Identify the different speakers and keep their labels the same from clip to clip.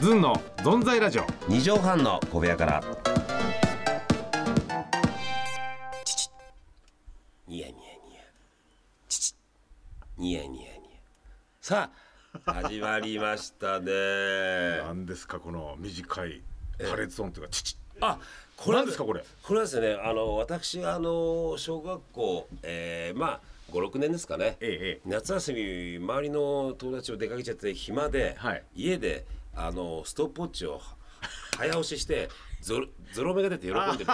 Speaker 1: ずんのぞんざいラジオ
Speaker 2: 二畳半の小部屋から。ニヤニヤニヤ。ニヤニヤニヤ。さあ、始まりましたね。
Speaker 1: 何ですかこの短い破裂音というかチチ
Speaker 2: あ、こ
Speaker 1: 何ですかこれ。
Speaker 2: これはですね、あの、私、あの、小学校、えー、まあ、五六年ですかね。
Speaker 1: えええ
Speaker 2: 夏休み周りの友達を出かけちゃって暇で、
Speaker 1: はい
Speaker 2: 家であのストップウォッチを早押ししてゾロゾロ目が出て喜んでるっていう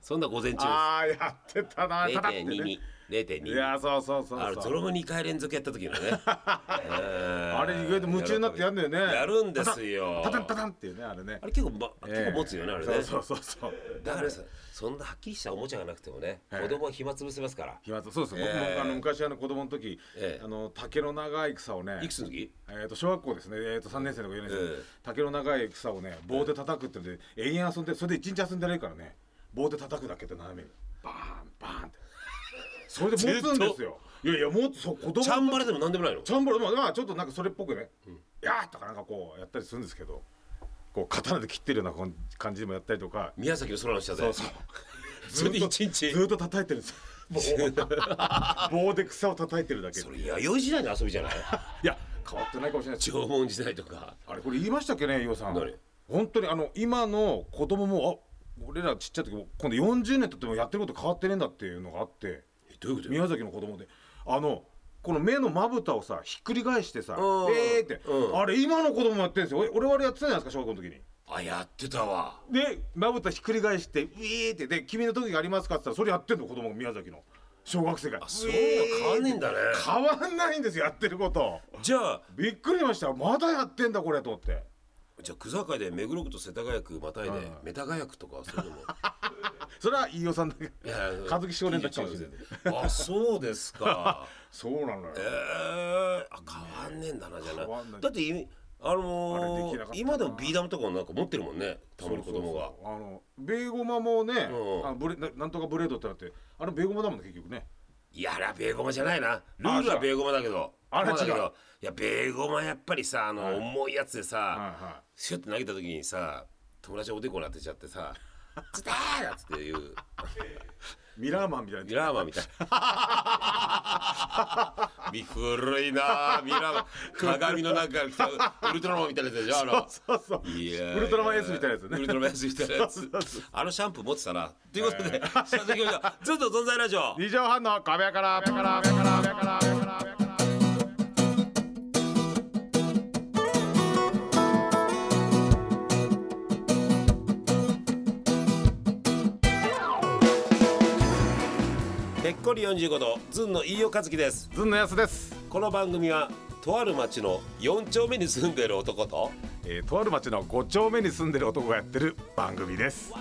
Speaker 2: そんな午前中
Speaker 1: ああやってたな
Speaker 2: です
Speaker 1: 叩くってね
Speaker 2: 0.22。
Speaker 1: い
Speaker 2: 0.22
Speaker 1: やそうそうそう
Speaker 2: あの
Speaker 1: そ
Speaker 2: ゾ
Speaker 1: う
Speaker 2: ロ目2回連続やった時のねあ
Speaker 1: あれ意外と夢中になってやるんだよね
Speaker 2: やるんですよ
Speaker 1: パタンパタンパタンっていうねあれね
Speaker 2: あれ結構、ま、
Speaker 1: ええ
Speaker 2: 結構持つよねあれね
Speaker 1: そうそうそうそう
Speaker 2: だからさそんなはっきりしたおもちゃがなくてもね
Speaker 1: ええ
Speaker 2: 子供は暇つぶせますから
Speaker 1: 暇つそうです、
Speaker 2: え
Speaker 1: 僕
Speaker 2: え
Speaker 1: もあの昔あの子供の時、
Speaker 2: ええ
Speaker 1: あの竹の長い草をね
Speaker 2: いくつの時
Speaker 1: えー、と小学校ですね、えー、と3年生とか4年生、
Speaker 2: ええ
Speaker 1: 竹の長い草をね棒で叩くってので永遠遊んでそれで一日遊んでないからね棒で叩くだけで斜めにバーンバーンってそれで持つんですよいやいやもっとそう子供
Speaker 2: チャンバラでも何でもないの
Speaker 1: チャンバラまあまあちょっとなんかそれっぽくね「やー!」とかなんかこうやったりするんですけどこう刀で切ってるようなこん感じでもやったりとか
Speaker 2: 宮崎の空の下で
Speaker 1: そうそう
Speaker 2: それで一日
Speaker 1: ずーっと叩いてるんですよ 棒棒で草を叩いてるだけ
Speaker 2: そ
Speaker 1: い
Speaker 2: れ弥生時代の遊びじゃない
Speaker 1: や変わってないかもしれないです
Speaker 2: 縄文時代とか
Speaker 1: あれこれ言いましたっけね、伊尾さん
Speaker 2: 何。
Speaker 1: 本当にあの今の子供もあ俺らちっちゃい時今度40年経ってもやってること変わってねえんだっていうのがあって
Speaker 2: えどういうことよ
Speaker 1: 宮崎の子供であのこの目のまぶたをさひっくり返してさ
Speaker 2: うん
Speaker 1: えーって、
Speaker 2: うん
Speaker 1: あれ今の子供もやってるんですよ俺俺はあれやってたじゃないですか小学校の時に。
Speaker 2: あやってたわ
Speaker 1: でまぶたひっくり返してウィーってで「君の時がありますか?」って言ったらそれやってんの子供が宮崎の小学生が
Speaker 2: あそういうの変わんねえんだね
Speaker 1: 変わんないんですよやってること
Speaker 2: じゃあ
Speaker 1: びっくりしましたまだやってんだこれと思って。
Speaker 2: じゃあ区境で目黒区と世田谷区またいで
Speaker 1: はい
Speaker 2: メタガヤ区とかそういう のも
Speaker 1: それは飯尾さんだけ
Speaker 2: い やいや
Speaker 1: 和樹少年たちかもしれ
Speaker 2: ないあそうですか
Speaker 1: そうなのよ
Speaker 2: えー、あ変わんねえんだなじゃない
Speaker 1: 変わんない
Speaker 2: だっていあ
Speaker 1: あれ
Speaker 2: の
Speaker 1: できなかったな
Speaker 2: ー、今でもビー玉とかもなんか持ってるもんねたまに子供が
Speaker 1: そうそうそうあのベーゴマもね、
Speaker 2: うん
Speaker 1: あのブレななんとかブレードってなってあのベーゴマだもんね結局ね
Speaker 2: いやあれはベーゴマじゃないなルールはベーゴマだけど
Speaker 1: あれ違う
Speaker 2: だけどいやベーゴマやっぱりさあの、
Speaker 1: はい
Speaker 2: 重いやつでさ、
Speaker 1: はいは
Speaker 2: シュッて投げた時にさ友達がおでこに当てちゃってさ「つたー!」なんつっていう
Speaker 1: いミラーマンみたい
Speaker 2: ミ
Speaker 1: な
Speaker 2: ラーマンみたい な。み古いなあミラーマン鏡の中から来たウルトラマンみたいなやつでしょあの
Speaker 1: そうそう
Speaker 2: いやー
Speaker 1: ウルトラマン S みたいなやつ
Speaker 2: ウ
Speaker 1: ね
Speaker 2: ルトラマン S みたいなやつあのシャンプー持ってたなということで早速いきましょうずっと存在ラジオ
Speaker 1: 二畳半の壁屋から壁屋から壁屋から壁屋から壁屋から壁屋から
Speaker 2: ぺっこり45度ずんの飯尾和樹です
Speaker 1: ずんのやすです、
Speaker 2: この番組はとある町の4丁目に住んでる男と
Speaker 1: えー、とある町の5丁目に住んでる男がやってる番組です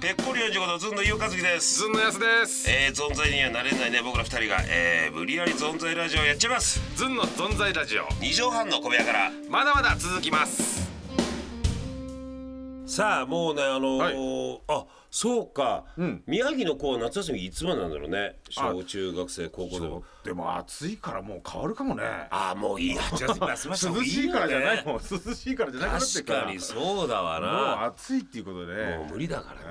Speaker 2: ぺっこり45度ずんの飯尾和樹です
Speaker 1: ずんのやすです
Speaker 2: えー、存在にはなれないね僕ら二人が、えー、無理やり存在ラジオやっちゃいます
Speaker 1: ずんの存在ラジオ
Speaker 2: 二畳半の小部屋から
Speaker 1: まだまだ続きます
Speaker 2: さあもうねあのーあそうか、
Speaker 1: うん
Speaker 2: 宮城の子は夏休みいつまでなんだろうね小中学生高校でも
Speaker 1: でも暑いからもう変わるかもね
Speaker 2: ああもういい夏休み休ました方が
Speaker 1: 涼しいからじゃない
Speaker 2: ん
Speaker 1: もん涼しいからじゃなくなって
Speaker 2: 確
Speaker 1: るから
Speaker 2: かにそうだわ
Speaker 1: もう
Speaker 2: な
Speaker 1: 暑いっていうことで
Speaker 2: もう無理だからね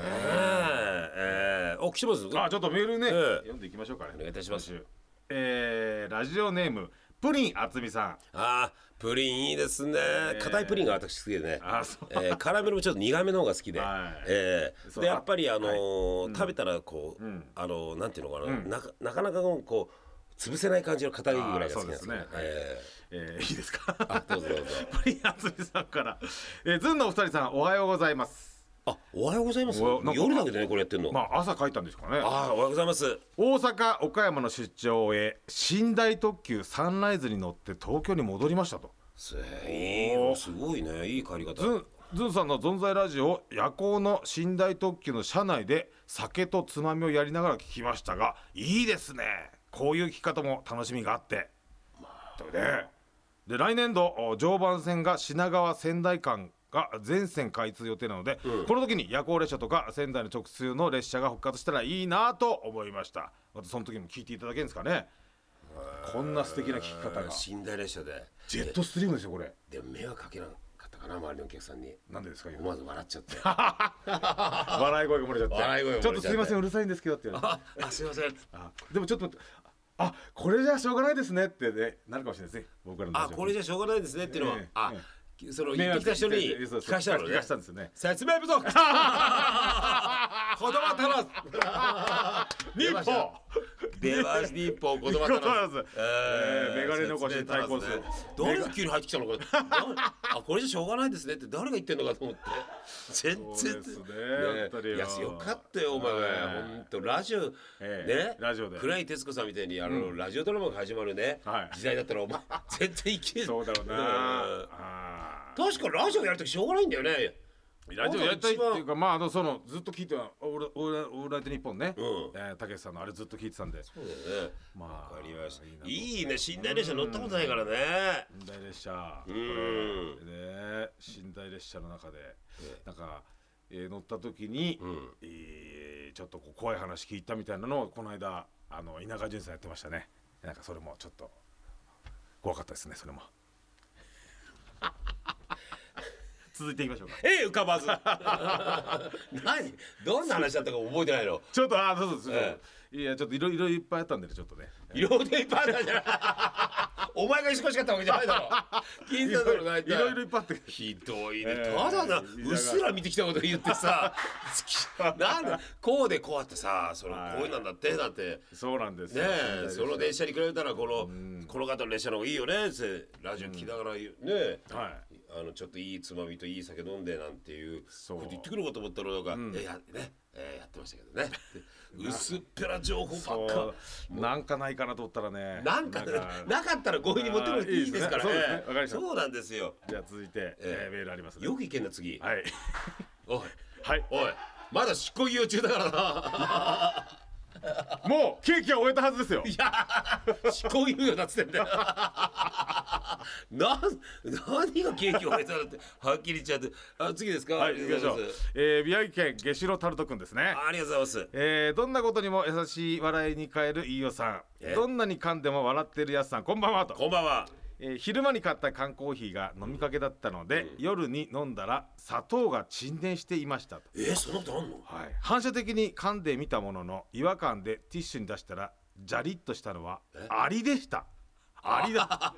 Speaker 2: えー、お来てます
Speaker 1: あちょっとメールね、
Speaker 2: ええ
Speaker 1: 読んでいきましょうかね
Speaker 2: お願いいたします
Speaker 1: 今週えー、ラジオネームプリンあつみさん
Speaker 2: あープリンいいですね硬、いプリンが私好きでね
Speaker 1: あそう
Speaker 2: えー、カラメルもちょっと苦めの方が好きで、
Speaker 1: はい
Speaker 2: えー
Speaker 1: そう
Speaker 2: で
Speaker 1: あ
Speaker 2: やっぱりあのー食べたらこう、
Speaker 1: うん
Speaker 2: あのーなんていうのかな、
Speaker 1: うん
Speaker 2: なかなかなかこう潰せない感じの硬いぐらいが好きなんですよ
Speaker 1: あー
Speaker 2: ね
Speaker 1: そうですね。
Speaker 2: え
Speaker 1: えー、いいですか
Speaker 2: ーあどうぞどうぞ。
Speaker 1: プリンあつみさんから、えー、ずんのお二人さんおはようございます
Speaker 2: あおはようございます。
Speaker 1: おはようなんか
Speaker 2: 夜だけでねこれやってんの。
Speaker 1: まあ朝書いたんですかね
Speaker 2: あーおはようございます。
Speaker 1: 大阪岡山の出張へ寝台特急サンライズに乗って東京に戻りましたと
Speaker 2: すいい
Speaker 1: おー
Speaker 2: すごいねいい帰り方
Speaker 1: ず。んずんさんの「存在ラジオ」夜行の寝台特急の車内で酒とつまみをやりながら聞きましたがいいですねこういう聞き方も楽しみがあって。ということでで来年度お常磐線が品川仙台間が全線開通予定なので、この時に夜行列車とか仙台の直通の列車が復活したらいいなと思いましたまたその時も聞いていただけるんですかねこんな素敵な聞き方が
Speaker 2: 寝台列車で
Speaker 1: ジェットストリームですよこれ
Speaker 2: でも迷惑かけなかったかな周りのお客さんに
Speaker 1: なんでですか今
Speaker 2: 思わず笑っちゃって
Speaker 1: 笑い声が漏れちゃって
Speaker 2: 笑い声が
Speaker 1: ちょ
Speaker 2: 漏
Speaker 1: っと
Speaker 2: れちゃって
Speaker 1: すいませんうるさいんですけどって言われて
Speaker 2: ああすいません
Speaker 1: あでもちょっと待ってあこれじゃしょうがないですねってねなるかもしれないですね僕らの
Speaker 2: あこれじ
Speaker 1: ゃ
Speaker 2: ゃしょうがないですねっていうのは
Speaker 1: ええ
Speaker 2: あ
Speaker 1: ええ
Speaker 2: その言ってきた人に聞かしたの
Speaker 1: 聞
Speaker 2: ね
Speaker 1: かしたんですよね
Speaker 2: 説明不足 子供たらず
Speaker 1: 日本
Speaker 2: 出ました日本子供
Speaker 1: 日本
Speaker 2: た
Speaker 1: 足
Speaker 2: ら
Speaker 1: ら
Speaker 2: ず
Speaker 1: ず
Speaker 2: えー
Speaker 1: えーメガネ残しに対抗する
Speaker 2: 説明足らずねどういう急に入ってきたのかあこれじゃしょうがないですねって誰が言ってんのかと思って全
Speaker 1: そう
Speaker 2: 然
Speaker 1: ですね
Speaker 2: ね
Speaker 1: 本当によ
Speaker 2: いやよかったよお前
Speaker 1: はい
Speaker 2: 本当ラジオ
Speaker 1: ええ
Speaker 2: ね
Speaker 1: ラジオで
Speaker 2: 黒井徹子さんみたいにあのラジオドラマが始まるね
Speaker 1: はい
Speaker 2: 時代だったらお前全然いける
Speaker 1: そうだろうな
Speaker 2: うん
Speaker 1: あー
Speaker 2: 確かラジオやるときしょうがないんだよね。
Speaker 1: ラジオやりたいっていうかまああのそのずっと聞いてた「オールオールオールナイトニッポンね」
Speaker 2: うん
Speaker 1: えーたけしさんのあれずっと聞いてたんで
Speaker 2: そうだよね。
Speaker 1: まあ
Speaker 2: わかりました。
Speaker 1: い
Speaker 2: いいね、寝台列車乗ったことないからね。
Speaker 1: 寝台列車
Speaker 2: う
Speaker 1: これ
Speaker 2: ん
Speaker 1: ね寝台列車の中でなんか、えー乗った時に、
Speaker 2: うん。
Speaker 1: えーちょっとこう怖い話聞いたみたいなのをこの間あの稲川淳さんやってましたねなんかそれもちょっと怖かったですねそれも 続いていきましょうか
Speaker 2: ええ、浮かばず。 何、どんな話だったか覚えてないの。
Speaker 1: ちょっとあーそうそうそう、
Speaker 2: え
Speaker 1: いやちょっといろいろいっぱいあったんでねちょっとね
Speaker 2: いろいろいっぱいあったじゃない。お前が忙しかったわけじゃないだろ。金太郎の
Speaker 1: いろいろい
Speaker 2: 間
Speaker 1: っ。ぱいあって
Speaker 2: ひどいね、
Speaker 1: ええ
Speaker 2: ただだ
Speaker 1: いや
Speaker 2: うっすら見てきたこと言っ てさなんだこうでこうあってさその
Speaker 1: はい
Speaker 2: こういうなんだってだって
Speaker 1: そうなんです
Speaker 2: ね
Speaker 1: よ
Speaker 2: えその電車に比べたらこの、この方の列車の方がいいよねってラジオ聞きながら言う、ねえ
Speaker 1: は
Speaker 2: あのちょっといいつまみといい酒飲んでなんていう
Speaker 1: そう
Speaker 2: こと言ってくるかと思ったらなんか、いやいやね、えーやってましたけどね薄っぺら情報ばっか
Speaker 1: そうなんかないかなと思ったらね
Speaker 2: なんかねなかったら強引に持ってくるのいいですからね
Speaker 1: あーいいですねそうですねわかりました
Speaker 2: そうなんですよ
Speaker 1: じゃあ続いて、え
Speaker 2: ええ
Speaker 1: ーメールありますね
Speaker 2: よくいけんな次、
Speaker 1: はい
Speaker 2: おい
Speaker 1: はい
Speaker 2: おいまだ執行猶予中だから
Speaker 1: もう刑期は終えたはずですよ
Speaker 2: な 執行猶予だっつってんだよ なん何が景気を終えたんだってはっきり言っちゃってあ次ですか
Speaker 1: はい行きましょう
Speaker 2: ありがとございます、
Speaker 1: えー、宮城県下城タルト君ですね
Speaker 2: ありがとうございます
Speaker 1: えー、どんなことにも優しい笑いに変える飯尾さん
Speaker 2: え
Speaker 1: どんなに噛んでも笑ってるやすさんこんばんはと
Speaker 2: こんばんは
Speaker 1: えー昼間に買った缶コーヒーが飲みかけだったので、夜に飲んだら砂糖が沈殿していましたと、
Speaker 2: えー、そんなことあんの
Speaker 1: はい、反射的に噛んでみたものの違和感でティッシュに出したらジャリッとしたのは
Speaker 2: え
Speaker 1: アリでしたアリだ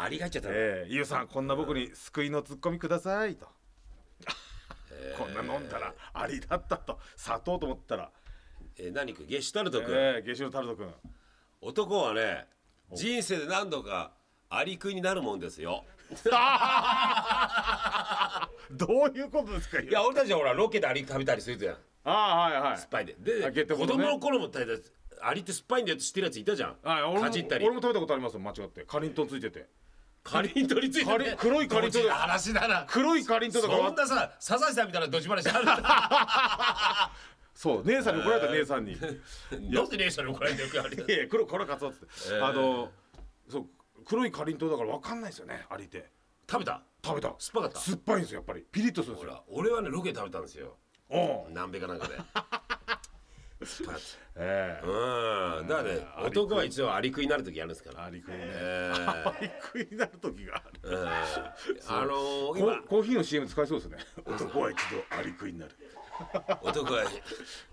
Speaker 2: ありがちゃったな
Speaker 1: えー、ゆうさんこんな僕に救いのツッコミくださいと、こんな飲んだらアリだったと砂糖と思ったら、
Speaker 2: えー何君ゲシュタルト君、
Speaker 1: えー、下城タルト君
Speaker 2: 男はね人生で何度かアリクイになるもんですよ
Speaker 1: どういうことですかい
Speaker 2: いや俺たちはほらロケでアリ食べたりするじゃん
Speaker 1: あーはいはい
Speaker 2: 酸っぱいでで、
Speaker 1: あゲット
Speaker 2: 子
Speaker 1: ボールね
Speaker 2: 供の頃も大体アリって酸っぱいんだよって知ってるやついたじゃん
Speaker 1: はい俺も
Speaker 2: かじったり
Speaker 1: 俺も食べたことありますよ間違ってかりんとうついてて
Speaker 2: かりんとりついて
Speaker 1: かりん黒いかりんとうだよ
Speaker 2: ドジな話だな
Speaker 1: 黒いかりんとうとか
Speaker 2: そんなさサザエさんみたいなドジ話ある な
Speaker 1: そう姉さんに怒られた姉さんに「い
Speaker 2: なんでねえ人に怒られてるかあれ
Speaker 1: やいや黒黒カツオ」っつって、
Speaker 2: えー
Speaker 1: あのそう黒いかりんとうだから分かんないですよねありて
Speaker 2: 食べた
Speaker 1: 食べた
Speaker 2: 酸っぱかった
Speaker 1: 酸っぱいんですよやっぱりピリッとするんで
Speaker 2: ほ
Speaker 1: すよ
Speaker 2: ら俺はねロケで食べたんですよ
Speaker 1: おう
Speaker 2: 南米かなんかで 酸っぱかった
Speaker 1: ええ
Speaker 2: うん、だからね、男は一応アリクイになる時あるんですから。
Speaker 1: アリクイ
Speaker 2: え
Speaker 1: ね
Speaker 2: ー
Speaker 1: アリクイになる時がある
Speaker 2: うんあのー、
Speaker 1: コ
Speaker 2: 今
Speaker 1: コーヒーの CM 使えそうですね男は一度アリクイになる
Speaker 2: 男は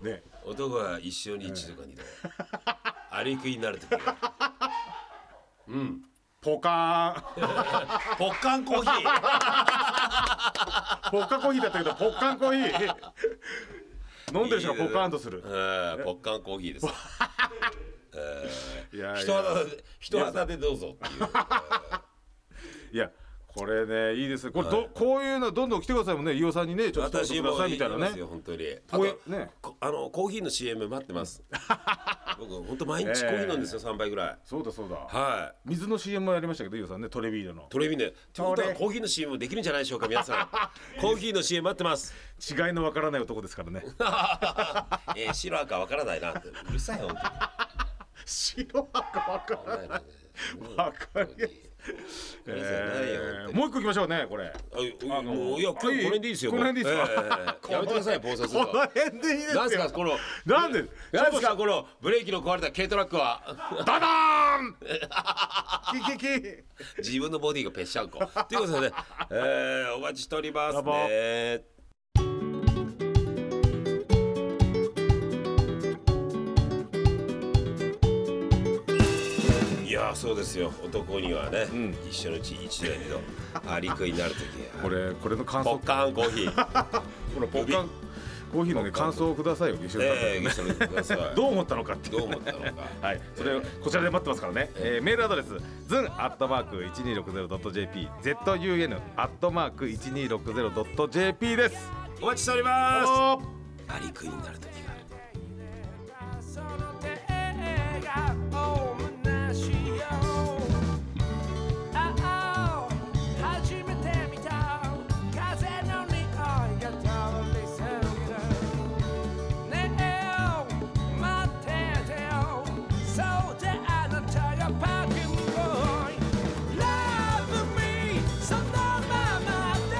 Speaker 1: ね
Speaker 2: 男は一生に一度か二度、アリクイになる時が
Speaker 1: ポカ
Speaker 2: ポッカンコーヒー
Speaker 1: ーンポッカコーヒーだったけどポッカンコーヒー飲んでる人がポカーンとする
Speaker 2: うんポッカンコーヒーです
Speaker 1: いやいや
Speaker 2: 人肌で人肌でどうぞっていう
Speaker 1: いやこれねいいですねこれど、こういうのどんどん来てくださいもんね飯尾さんにねちょっと
Speaker 2: 私
Speaker 1: 伝えてくだ
Speaker 2: も
Speaker 1: さい
Speaker 2: 言
Speaker 1: み
Speaker 2: い
Speaker 1: たいな
Speaker 2: ま
Speaker 1: ね
Speaker 2: すよ本当にあ
Speaker 1: こういう
Speaker 2: と
Speaker 1: ね
Speaker 2: こあのコーヒーの CM 待ってます 僕本当毎日コーヒー飲んでるんですよ3杯ぐらい
Speaker 1: そうだそうだ
Speaker 2: はい
Speaker 1: 水の CM もやりましたけど飯尾さんねトレビードの
Speaker 2: トレビね。ってことはコーヒーの CM もできるんじゃないでしょうか 皆さん。コーヒーの CM 待ってます。
Speaker 1: 違いのわからない男ですからね
Speaker 2: えー、白赤わからないなって。うるさいよ。本
Speaker 1: 白赤わか
Speaker 2: 当にわからない
Speaker 1: わか
Speaker 2: な
Speaker 1: りやすい
Speaker 2: これじゃないよ
Speaker 1: えーもう一個いきましょうねこれ
Speaker 2: あもういや今日この辺でいいですよ
Speaker 1: この辺でいいですか
Speaker 2: ええやめてください暴走する
Speaker 1: この
Speaker 2: の
Speaker 1: 辺でいいですよ
Speaker 2: なんすかこの
Speaker 1: なんで
Speaker 2: なんですかこのブレーキの壊れた軽トラックは
Speaker 1: ダダーンキキキ
Speaker 2: 自分のボディがぺっしゃんこ。ということでね、えーお待ちしております
Speaker 1: やば
Speaker 2: ね。いやーそうですよ男にはね、
Speaker 1: ん
Speaker 2: 一緒のうち一度やけどアリクイになる時
Speaker 1: これこれの感
Speaker 2: ポ
Speaker 1: 想
Speaker 2: ッカーンコーヒ ー
Speaker 1: このポッカンコーヒーのね感想をくださいよ西 村さん
Speaker 2: ええ一緒にください
Speaker 1: どう思ったのかって
Speaker 2: どう思ったのか
Speaker 1: はい、それをこちらで待ってますからね、えーメールアドレス zun アットマーク 1260.jp zun アットマーク 1260.jp です
Speaker 2: お待ちしております
Speaker 1: おー
Speaker 2: アリクイになる時がある
Speaker 3: その手がおむなしよ Oh, ああ初めて見た風の匂いが通り過ぎるねえ待っててよそうであなたがパーキングボーイ Love me そのままで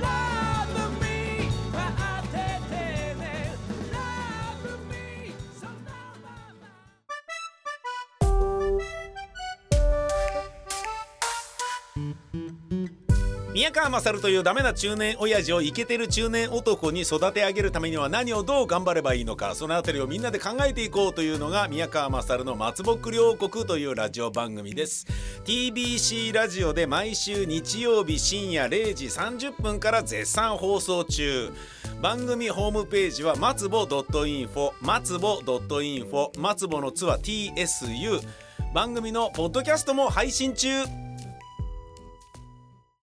Speaker 3: Love me 待っててね Love me そのまま
Speaker 4: 宮川勝というダメな中年親父をイケてる中年男に育て上げるためには何をどう頑張ればいいのかそのあたりをみんなで考えていこうというのが宮川勝の「松ぼっくり王国」というラジオ番組です TBC ラジオで毎週日曜日深夜0時30分から絶賛放送中番組ホームページは松ぼ .info 松ぼ .info 松ぼの「つ」は TSU 番組のポッドキャストも配信中